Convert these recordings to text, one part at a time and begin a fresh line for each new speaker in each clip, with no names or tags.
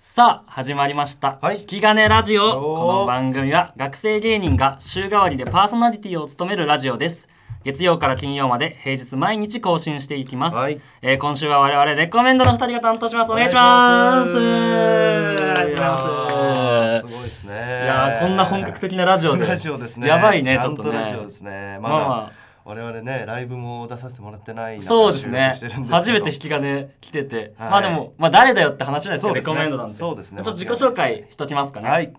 さあ始まりました、
はい
引き金ラジオ
よー
この番組は学生芸人が週替わりでパーソナリティを務めるラジオです月曜から金曜まで平日毎日更新していきます、
はい
えー今週は我々レコメンドの2人が担当しますお願いしますありがとうございます
すごいですね。い
いやーこんな本格的なラジオで
ラジオですね。
やばいね
ち
ち
ゃ
ょっ
ん
と
と
ね
ラジオですね。ま
まあ
だ
ま
我々ねライブも出させてもらってない中
そうですね
収録してるんです
初
けど
めて引き金来てて、
はい
まあでも、まあ、誰だよって話なんですけど、
そうですね
レコメンドなんで
そうですね
ちょっと自己紹介しときますかね、
はい。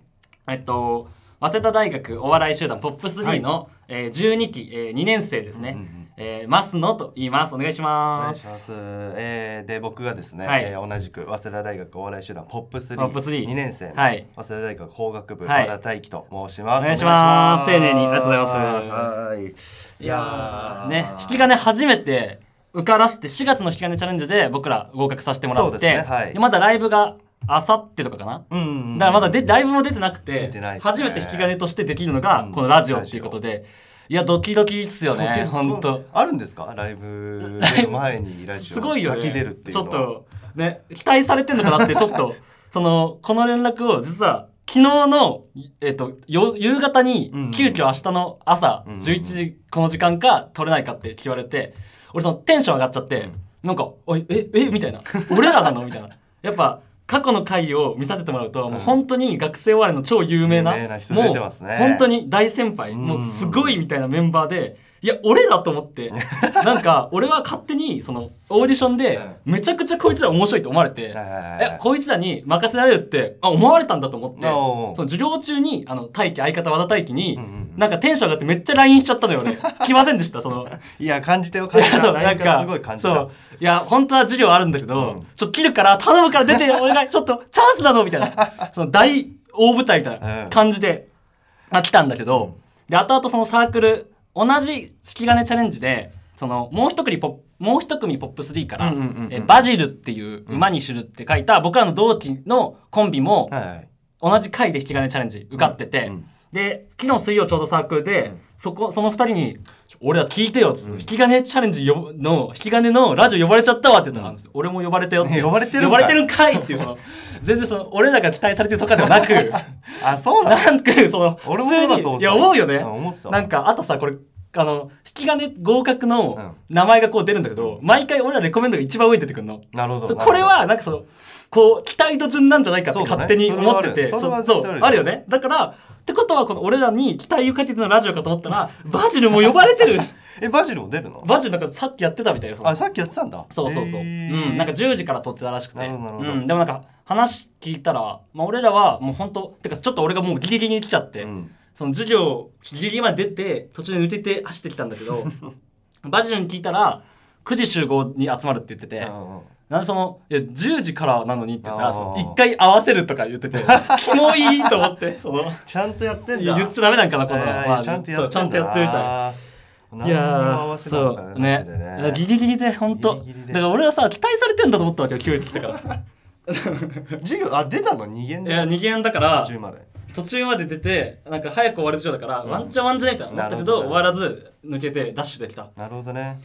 えっと早稲田大学お笑い集団ポップ3の、えー、12期、えー、2年生ですね、
うんうんうん
えー、マスノと言いますお願いし
お願
ま
いしますす。えー、で僕がですね、
はい
えー同じく早稲田大学お笑い集団ポップ3
ポップ3
二年生の、
はい
早稲田大学法学部、
はい
和田大樹と申しま
お
す。
願いします
お願
丁
い
寧にありがとうございます
はい。いやー
ね引き金初めて受からせて4月の引き金チャレンジで僕ら合格させてもら
そ
っ
う
て、
ですねはい
でまだライブがあさってとかかな、
うんうんうん
だからまだでライブも出てなくて
出てないですね
初めて引き金としてできるのが
うん
このラジオっていうことで、いやドキドキっすよね本当
あるんですかライブ出る前にラ ジオ
すごいよね
先出るっていう
ち
の
ょ
は
っとね期待されてんのかなってちょっと そのこの連絡を実は昨日の、えっとよ夕方に
うんうん
急遽明日の朝
うんうん
11時この時間か取れないかって言われて俺そのテンション上がっちゃって、なんか「おいええみたいな「俺らなの?」みたいなやっぱ過去の回を見させてもらうと、もう本当に学生お笑いの超有名な
有名な人
も
出
う
てますね
本当に大先輩、
うん
もうすごい みたいなメンバーでいや俺だと思って なんか俺は勝手にそのオーディションでめちゃくちゃこいつら面白いと思われて、えこいつらに任せられるってあ思われたんだと思って、
おー
その授業中にあの大輝相方和田大輝に、
うんうんうん
なんかテンション上がってめっちゃ LINE しちゃったのよ 俺来ませんでしたその
いや感じてよ感じ
いや
た
そう
なんかすごい感じた
そういや本当は授業あるんだけど、
うん
ちょっと切るから頼むから出 てお願いちょっとチャンスだぞみたいなその大大舞台みたいな感じで、まあ、来たんだけど、で後々そのサークル同じ式金チャレンジでそのもう一組ポップもう一組ポップ3から、
うんうんうんうん
えバジルっていう馬に知るって書いた僕らの同期のコンビも
はいはい
同じ回で引き金チャレンジ受かってて、
うん
で昨日水曜ちょうどサークルで、そこその2人に「ちょ俺ら聞いてよ」っつって、引き金チャレンジよの引き金のラジオ呼ばれちゃったわ」って言ったら、俺も呼ばれたよ」って
呼ばれてる
呼
んかい
ばれてるんかいっていうそ の全然その俺らが期待されてるとかではな く
あそうなんだ
なんかその
俺もそうだと思ってた
いや思うよね
うん思ってた
なんかあとさこれあの引き金合格の
う
名前がこう出るんだけど、毎回俺らレコメンドが一番上に出てくるの。
なるほど
そうこれはなんかそのこう期待と順なんじゃないかって
そうだね
勝手に思ってて
それはある
そう
それは絶対あ
そう
る
あるよねだからってことはこの俺らに期待をかけてのラジオかと思ったら バジルも呼ばれて る
えバジルも出るの
バジルなんかさっきやってたみたいよその
あさっきやってたんだ
そうそうそう、
へー
うん、なんか10時から撮ってたらしくて
なるほどなるほど
うん、でもなんか話聞いたら、まあ、俺らはもう本当てかちょっと俺がもうギリギリに来ちゃって、
うん
その授業ギリギリまで出て途中で抜けて走ってきたんだけ どバジルに聞いたら9時集合に集まるって言ってて、
うんうん
なんでそのいや10時からなのにって言ったら
あー
その一回合わせるとか言 っててキモいと思ってその
ちゃんとやってんだ
言っちゃダメなんかなこの、
えー
まあ
ちゃんとや
そ
っ
うちゃんとやってみたい。い
い
やーそうねギリギリで本当
ギリギリで
だから俺はさ期待されてんだと思ったわけよ急に来たから
授業あ出たの二限
いや
で
2限だから
途中まで
途中まで出てなんか早く終わる授業だから、ワンチャンワンチャンみたいな思ったけど終
なるほど
わらず抜けてダッシュできた
なるほどね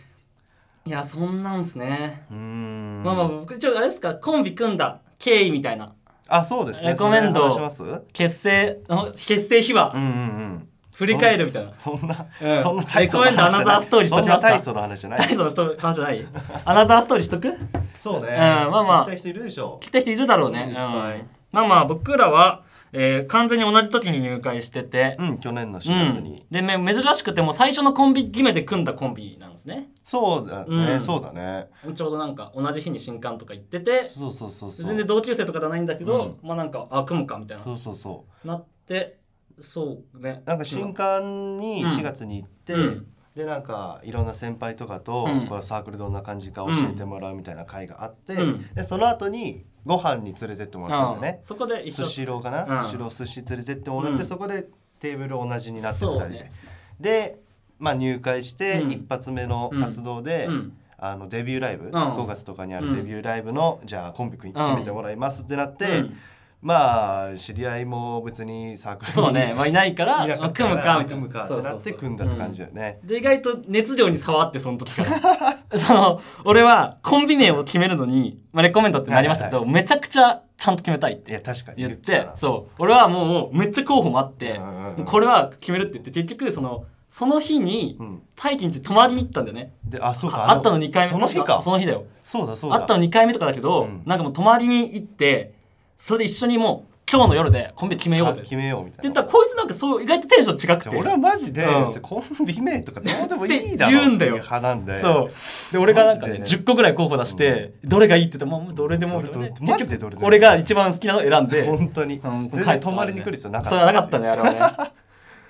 いやそんなんすね、
うーん
まあまあ僕一応あれですかコンビ組んだ経緯みたいな
あそうですね
レコメンド
それ話します
結成の結成秘話
うんうんうん
振り返るみたいな
そんな、
うん
そんな大層の
レコメンドア
話じ
ナザー
ゃない。
ストーリーし
そ
と
ん
き
な
ますか
大層の話じゃない。
大層のストーリー話じゃないアナザーストーリーしとく
そう
う
ね。
んまあまあ
聞きたい人いるでしょ
来た人いるだろう
い
ね、
っ
うん、
ぱい
まあまあ僕らは、えー完全に同じ時に入会してて
う。うん、去年の4
うん
月に。
でめ珍しくてもう最初のコンビ決めで組んだコンビなんですね
そうだね、
うん
そうだね。
ちょうどなんか同じ日に新刊とか行ってて
そうそうそうそう。
全然同級生とかじゃないんだけど、まあなんかあ組むかみたいな
そうそうそう。
なってそうね
なんか新刊に
うん
4月に行って、
うん
でなんかいろんな先輩とかと、
うん
こうサークルどんな感じか教えてもらうみたいな会があって、
うん
でその後にご飯に連れてってもらったんだ
う
よね
ん。そこで一緒
スシローかな、
うん
スシロー寿司連れてってもらって、
うん
そこでテーブル同じになって2
そ
人
う
で、
ね、
で、まあ、入会して
うん
一発目の活動で、
うん、
あのデビューライブ、
ん
5月とかにあるデビューライブの、じゃあコンビ組
う
決
ん
めてもらいますってなって、
うん
まあ知り合いも別にサークルに
そう ね、まあ、いないから
いなかった
組むかみたい
組
な
むかってなって組んだって感じだよね。
で意外と熱量に差はあってその時から その俺はコンビ名を決めるのに、まあ、レコメンドってなりましたけど、めちゃくちゃちゃんと決めたいっ
い
て
や確かに
言っ
言っててた
そう俺はもうめっちゃ候補もあって、
うんうんうん
もうこれは決めるって言って結局そのその日に
なうん
大輝んち泊まりに行ったんだよね
であそうか
ああったの2回目
その日
確
か
その日だよ
そうだそうだ
あったの2回目とかだけど、
うん
なんかもう泊まりに行ってそれで一緒にもう今日の夜でコンビ決めようぜって
決めようみたい
言っ
な
たらこいつなんかそう意外とテンション違く
じ
て
ゃあ俺はマジで、
うん
別にコンビ名とかどうでもいいだろ
って言うんだよ
っていう派なんで
そうで俺がなんかね
マジで
10個ぐらい候補出して、どれがいいって言ってもうどれでも
どれ
結
どれマジでどれ
局
でも
俺が一番好きなのを選んで、
本当に、
うん、
全然泊まりに来る必要なかった
そうなかったねあれはね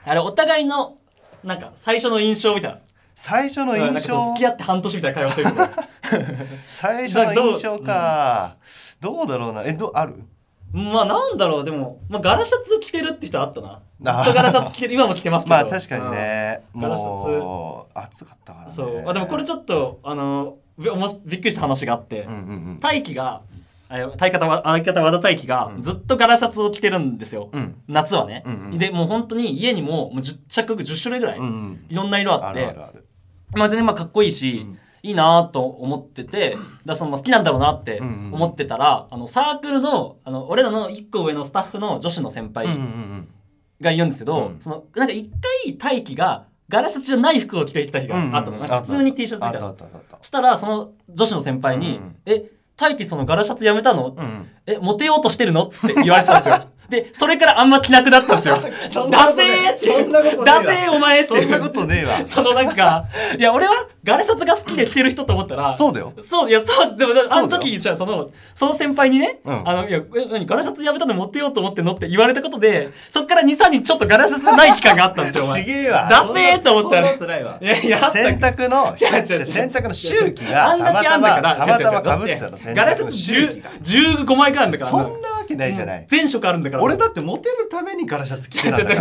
あれお互いのなんか最初の印象みたいな
最初の
なんか
印
その
象
付き合って半年みたいな会話してる けど
最初の印象かどう,、だろうなえどうある
まあなんだろうでも、まあ、ガラシャツ着てるって人はあったな
あ
ずっとガラシャツ着てる今も着てますけど
まあ確かにね、
うん
もう暑かったから
うん
ね
そうあでもこれちょっとあのびおもしびっくりした話があって、
うんうん
大輝があ相方は相方和田大輝が
うん
ずっとガラシャツを着てるんですよ、
うんうん
夏はね、
うんうん
でもう本当に家にももう10着10種類ぐらい、
うんうん
いろんな色あ
あ
って
るあるある
まあ、全然まあかっこいいし、
うん
いいなと思っててだからそのまあ好きなんだろうなって
うんうん
思ってたら、あのサークルのあの俺らの1個上のスタッフの女子の先
うんうんう
輩
ん
がいるんですけど、
うん
そのなんか1回大輝がガラシャツじゃない服を着ていった日が
うんうん
あったの、なんか普通に T シャツ着
あ
て
ったたあ
の
ったあったあっ
そしたらその女子の先輩に「
うんうん
え大輝そのガラシャツやめたの?」
たうん
え、モテようとしてるのって言われてたんです よ。で、それからあんま着なくなったんですよ
そ。んな
ダ
こと
セ
ね
ー
え
っていう。
そんなことねえわ
ダセーお前って。
そんなことねえわ
そのなんか、いや、俺はガラシャツが好きで着てる人と思ったら、
そうだよ
そう、いや、そう、でも
そうだ、よ
あの時にさ、その、その先輩にね、
うん
あの、いや、え何、ガラシャツやめたの持ってようと思ってんのって言われたことで、そっから2、3日ちょっとガラシャツない期間があったんですよ、お
ち
前。い
げえわ
ダセーと思ったら
そんなことないわ
や、いや、あった
洗濯の
違う違う違う
洗濯の周期が
あんだ
たま
け
た
あん
ま
だから、
たまたまかぶ
違う
っ
違う違うだ
てたの
って
洗
ガラシャ
濯の
ツ
周期
10
が
15枚かあるんだから。
そんなわけないじゃない
全色あるんだから。
俺だってモテるためにガラシャツ着てたんだか
違う違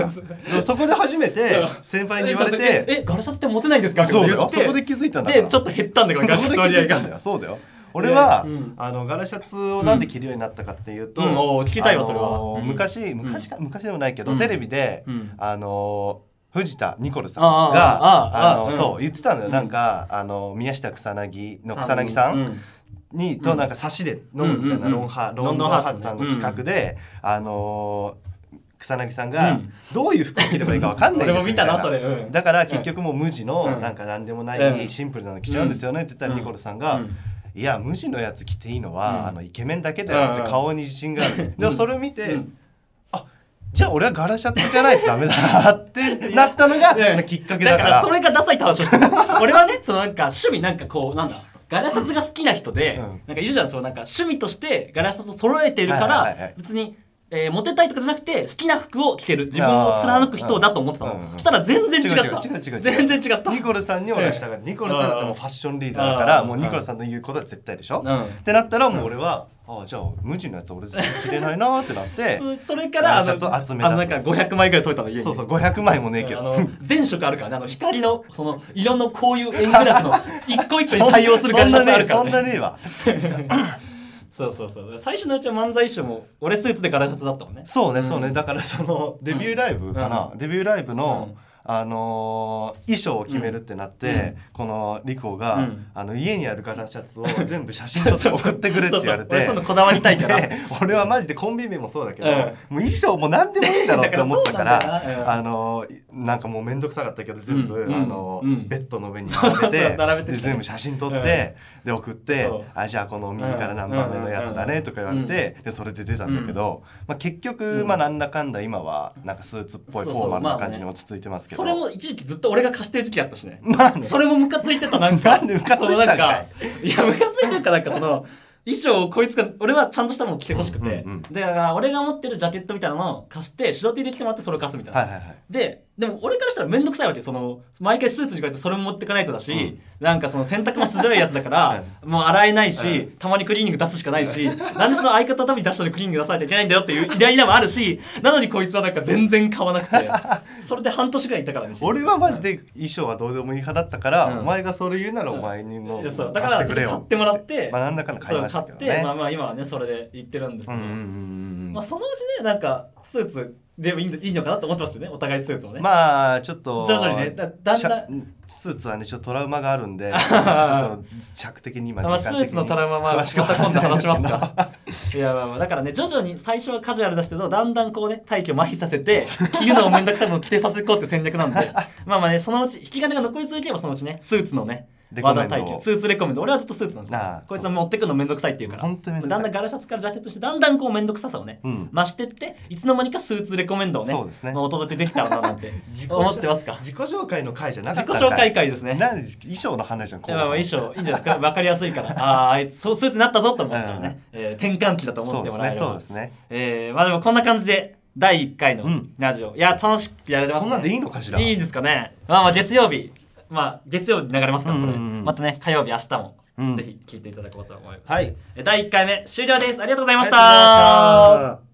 う
らそこで初めて先輩に言われ
え
て
えガラシャツって持てないんですか
そうだよ
って言
そ
っ
こ
て
で気づいたんだから
でちょっと減ったんだからガラシ
そ
ャ
こ
ツ
で
の割
気づ
合
いたんだ
が
よそうだよ俺は、
うん
あのガラシャツをなんで着るようになったかっていうと、
うんうんおー聞きたいわそれは
あのー
うん
昔昔か、昔でもないけど、
うん
テレビで、
うん
あのー藤田ニコルさん
あ
が
あああ
あ
ああ
の
うん
そう言ってたのよ、
うん
なんかあの宮下草薙の草薙さん、
うん
に
う
と
ん
なんか差しで飲むみたいな
うんうんうん
ロンハー
ロ
ロ
ン
ン
ド
ド
ン
ン
ハ
ハ
ー
ー
ツ
ツ
ね
さんの企画で、あのー草薙さんが
うん
どういう服を着ればいいかわかんない
俺
です
も見た
み
な
たい
それうん
だから結局もう無地
う
の
ん
なんか何でもな
う
い
ん
シンプルなの着ちゃうんですよねって言ったら
うん
ニコルさんが
うん
「いや無地のやつ着ていい
う
の
ん
はあのイケメンだけだよ」って顔に自信があ るでもそれを見
う
て
ん
じゃあ俺はガラシャツじゃないとダメだなってなったのが
ね
きっかけ
だ
だ
か
からら
それがダサいって話をしてた俺はねそのなんか趣味なんかこうなんだガラシャツが好きな人で、
うん
なんかいるじゃんそうなんか趣味としてガラシャツを揃えてるから、
はいはいはいはい
別に、えーモテたいとかじゃなくて好きな服を着てる自分を貫く人だと思ってた
うんうん
の
うん
そしたら全然違った
違う違う違う違う
全然違った
ニコルさんに俺は従ってニコルさんだってもうファッションリーダーだか
う
ら
ん
もうニコルさんの言うことは絶対でしょ
うん
ってなったらもう俺は、ああじゃあ無地のやつ俺絶対着れないなーってなって
そそれからあ
シ
の
ャツを集め出す
あのなんか500枚ぐらい添えたの家に
そうそう500枚もねえけ
あ
ど、
の全色あるからねあの光のその色のこういう円グラフ の一個一個に対応するガラシャツあるから
そんな
ね
ねえわ
そうそうそう最初のうちは漫才師も俺スーツでガラシャツだったもんね
そうね
うん
そうね、だからそのデビューライブかな、
う
デビューライブの、
うん
あのー衣装を決めるってなって、
うん
このリコが、
うん
あの家にあるガラシャ ツを全部写真撮って送ってくれって言われ
そうそう
て
俺そういうのこだわりたい から
で俺はマジでコンビ名もそうだけど、
うん
もう衣装も何でもいいだろうって思ってたか
だからそうな
ら
んだよなうん
あのーなんかもう面倒くさかったけど全部、
うん
あのー
うん
ベッドの上に並べ
そうそうそう
て
並べて
で
きた
全部写真撮って、で送って
そう
あじゃあこの右から何番目のやつだねとか言われて、でそれで出たんだけど、まあ、結局、
うん
まあなんだかんだ今はなんかスーツっぽいフォーマルな感じに落ち着いてますけど
それも一時期ずっと俺が貸してる時期あったしね
まあね
それもムカついてたなんか
なんでムカつい
そう
てたんかい
なんかいやムカついてるかなんかその衣装をこいつが俺はちゃんとしたもの着てほしくて、
うんうん
だから俺が持ってるジャケットみたいなのを貸して白 T で着てもらってそれを貸すみたいな、
はいはいはい
ででも俺からしたら面倒くさいわけその毎回スーツにこうやってそれも持ってかないとだし、
うん
なんかその洗濯もしづらいやつだ から、もう洗えないし、
う
たまにクリーニング出すしかないし、なんでその相方のために出したのにクリーニング出さなきゃいけないんだよっていうイライラもあるしなのにこいつはなんか全然買わなく てそれで半年ぐらいいたからね
俺はマジで衣装はどうでもいい派だったから、
うん
お前がそれ言うならお前にの
いやそうだか
貸し
ら
てくれ
買
よ
ってもらって、
まあなんだかんだ買いましたけど
そう買って
ね
まあまあ今はねそれで行ってるんです
う
け
ん
ど、
うんうんうん
まあ、そのうちねなんかスーツでもいいんだいいのかなと思ってますよねお互いスーツもね、
まあちょっと
徐々にねだだんだん
スーツはねちょっとトラウマがある んでちょっと着的に今時
まあ、
間
ス
的に
ーツのトラウマはま
詳
た
しくは
今度話します
わ
か
んないで
いやまあまあだからね徐々に最初はカジュアルだけどだんだんこうね体型を麻痺させ て着るのを面倒くさいものを着てさせていこうっていう戦略なんでまあまあねそのうち引き金が残り続ければそのうちねスーツのね
レコ
和
メ
田
ンドを
体型スーツレコメンド俺はずっとスーツなんですよ
ああ
こいつは持ってくの面倒くさいっていうから
本当に面倒く
だ
さい
んだんガラシャツからジャケットしてだんだんこう面倒くささをね、
うん
増してっていつの間にかスーツレコメンドをね
そうですね
まあお届けできたらななんて
自己紹
思ってますか
自己紹介の回じゃなか
自
っ
己
たんだ
紹介会ですね
なんで衣装の話じゃん
いやまあまあ衣装いいんじゃないですか分かりやすい からあああいつそうスーツになったぞと思ったらね、えー転換期だと思
そ
っ
う
て
で
も
す
らえ
ね
れば
そうですね
えーまあでもこんな感じで第1回の
うん
ラジオ、いや楽しくやれてます
こ
ね
んなんでいいのかしら
いいんですかねまあまあ月曜日まあ月曜日流れますからこれ、
うんうんうん
またね火曜日明日も、
うん
ぜひ聞いていただこうと思います、
はい
え第1回目終了ですありがとうござい
あ
ま
り
し
がとうございま
た
した